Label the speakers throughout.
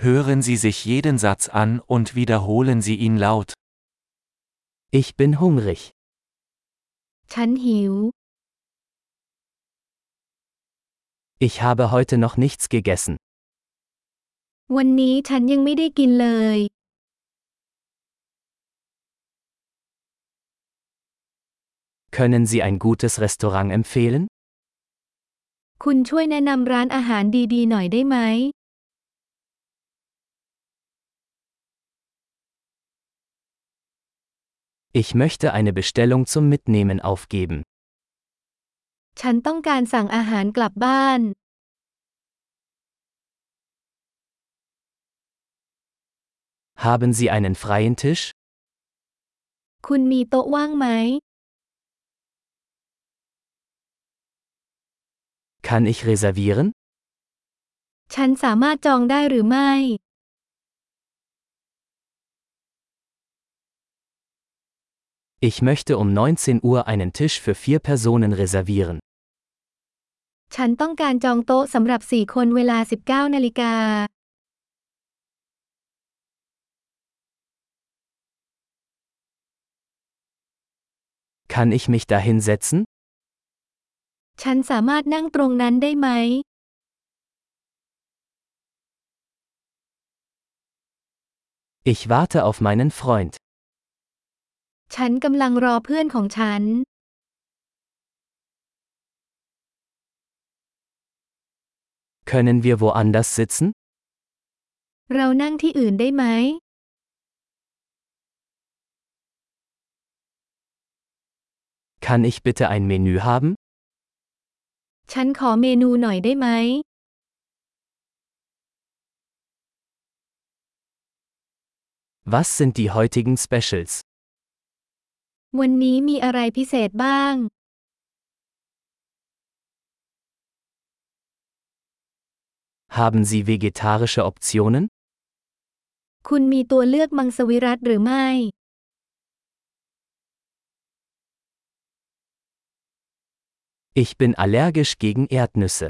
Speaker 1: Hören Sie sich jeden Satz an und wiederholen Sie ihn laut.
Speaker 2: Ich bin hungrig.
Speaker 3: ฉันหิว
Speaker 2: Ich habe heute noch nichts gegessen.
Speaker 3: วันนี้ฉันยังไม่ได้กินเลย
Speaker 2: Können Sie ein gutes Restaurant empfehlen?
Speaker 3: คุณช่วยแนะนำร้านอาหารดีๆ หน่อยได้ไหม
Speaker 2: Ich möchte eine Bestellung zum Mitnehmen aufgeben.
Speaker 3: ฉันต้องการสั่งอาหารกลับบ้าน
Speaker 2: Haben Sie einen freien Tisch?
Speaker 3: คุณมีโต๊ะว่างไหม
Speaker 2: Kann ich reservieren?
Speaker 3: ฉันสามารถจองได้หรือไม่
Speaker 2: Ich möchte um 19 Uhr einen Tisch für vier Personen reservieren.
Speaker 3: ฉันต้องการจองโต๊ะสำหรับ 4 คนเวลา 19นาฬิกา
Speaker 2: Kann ich mich dahin setzen?
Speaker 3: ฉันสามารถนั่งตรงนั้นได้ไหม
Speaker 2: Ich warte auf meinen Freund.
Speaker 3: ฉันกำลังรอเพื่อนของฉัน
Speaker 2: Können wir woanders sitzen?
Speaker 3: เรานั่งที่อื่นได้ไหม
Speaker 2: Kann ich bitte ein Menü haben?
Speaker 3: ฉันขอเมนูหน่อยได้ไหม
Speaker 2: Was sind die heutigen Specials?
Speaker 3: วันนี้มีอะไรพิเศษบ้าง
Speaker 2: Haben Sie vegetarische Optionen?
Speaker 3: คุณมีตัวเลือกมังสวิรัตหรือไม่
Speaker 2: Ich bin allergisch gegen Erdnüsse.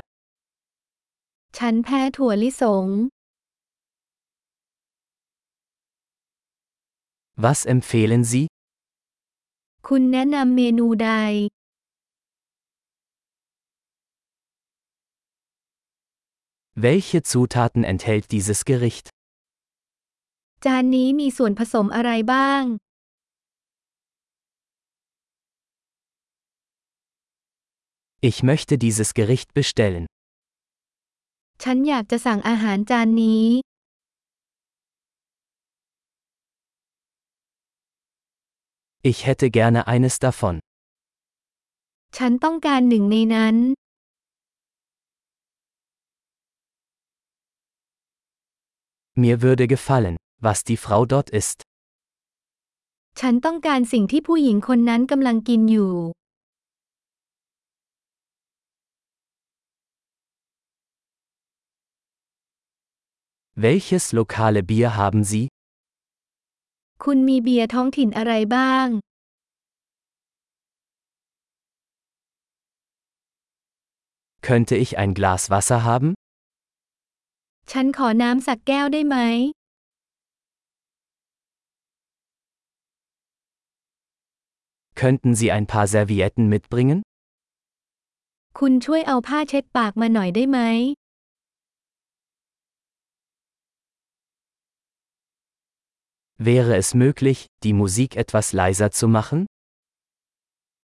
Speaker 3: ฉันแพ้ถั่วลิสง
Speaker 2: Was empfehlen Sie?
Speaker 3: คุณแนะนำเมนูใด
Speaker 2: Welche Zutaten enthält dieses Gericht?
Speaker 3: จานนี้มีส่วนผสมอะไรบ้าง
Speaker 2: Ich möchte dieses Gericht bestellen.
Speaker 3: ฉันอยากจะสั่งอาหารจานนี้
Speaker 2: Ich hätte gerne eines davon.
Speaker 3: ฉันต้องการหนึ่งในนั้น
Speaker 2: Mir würde gefallen, was die Frau dort isst.
Speaker 3: ฉันต้องการสิ่งที่ผู้หญิงคนนั้นกำลังกินอยู่
Speaker 2: Welches lokale Bier haben Sie?
Speaker 3: คุณมีเบียร์ท้องถิ่นอะไรบ้าง
Speaker 2: Könnte ich ein Glas Wasser haben?
Speaker 3: ฉันขอน้ำสักแก้วได้ไหม
Speaker 2: Könnten Sie ein paar Servietten mitbringen?
Speaker 3: คุณช่วยเอาผ้าเช็ดปากมาหน่อยได้ไหม
Speaker 2: Wäre es möglich, die Musik etwas leiser zu machen?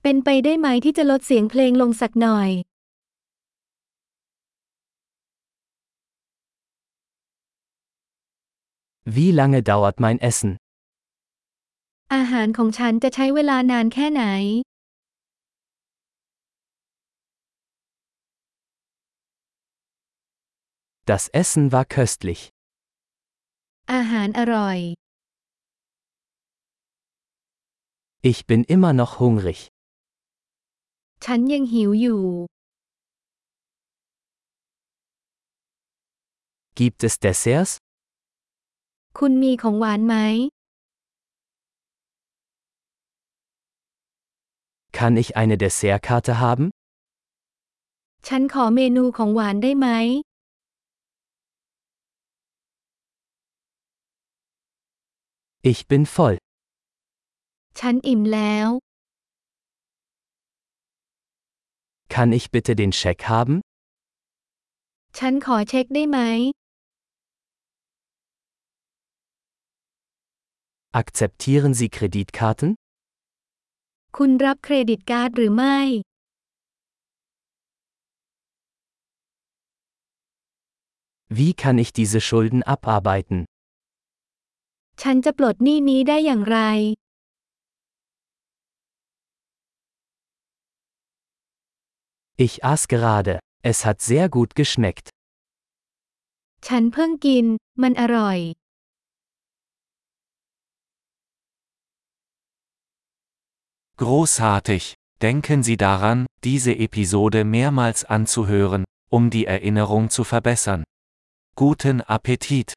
Speaker 3: เป็นไปได้ไหมที่จะลดเสียงเพลงลงสักหน่อย
Speaker 2: Wie lange dauert mein Essen?
Speaker 3: อาหารของฉันจะใช้เวลานานแค่ไหน
Speaker 2: Das Essen war köstlich.
Speaker 3: อาหารอร่อย
Speaker 2: Ich bin immer noch hungrig.
Speaker 3: ฉันยังหิวอยู่
Speaker 2: Gibt es Desserts?
Speaker 3: คุณมีของหวานไหม
Speaker 2: Kann ich eine Dessertkarte haben?
Speaker 3: ฉันขอเมนูของหวานได้ไหม
Speaker 2: Ich bin voll.
Speaker 3: ฉันอิ่มแล้ว
Speaker 2: Kann ich bitte den Scheck haben?
Speaker 3: ฉันขอเช็คได้ไหม
Speaker 2: Akzeptieren Sie Kreditkarten?
Speaker 3: คุณรับเครดิตการ์ดหรือไม่
Speaker 2: Wie kann ich diese Schulden abarbeiten?
Speaker 3: ฉันจะปลดหนี้นี้ได้อย่างไร
Speaker 2: Ich aß gerade. Es hat sehr gut geschmeckt.
Speaker 3: ฉันเพิ่งกิน มันอร่อย
Speaker 1: Großartig! Denken Sie daran, diese Episode mehrmals anzuhören, um die Erinnerung zu verbessern. Guten Appetit!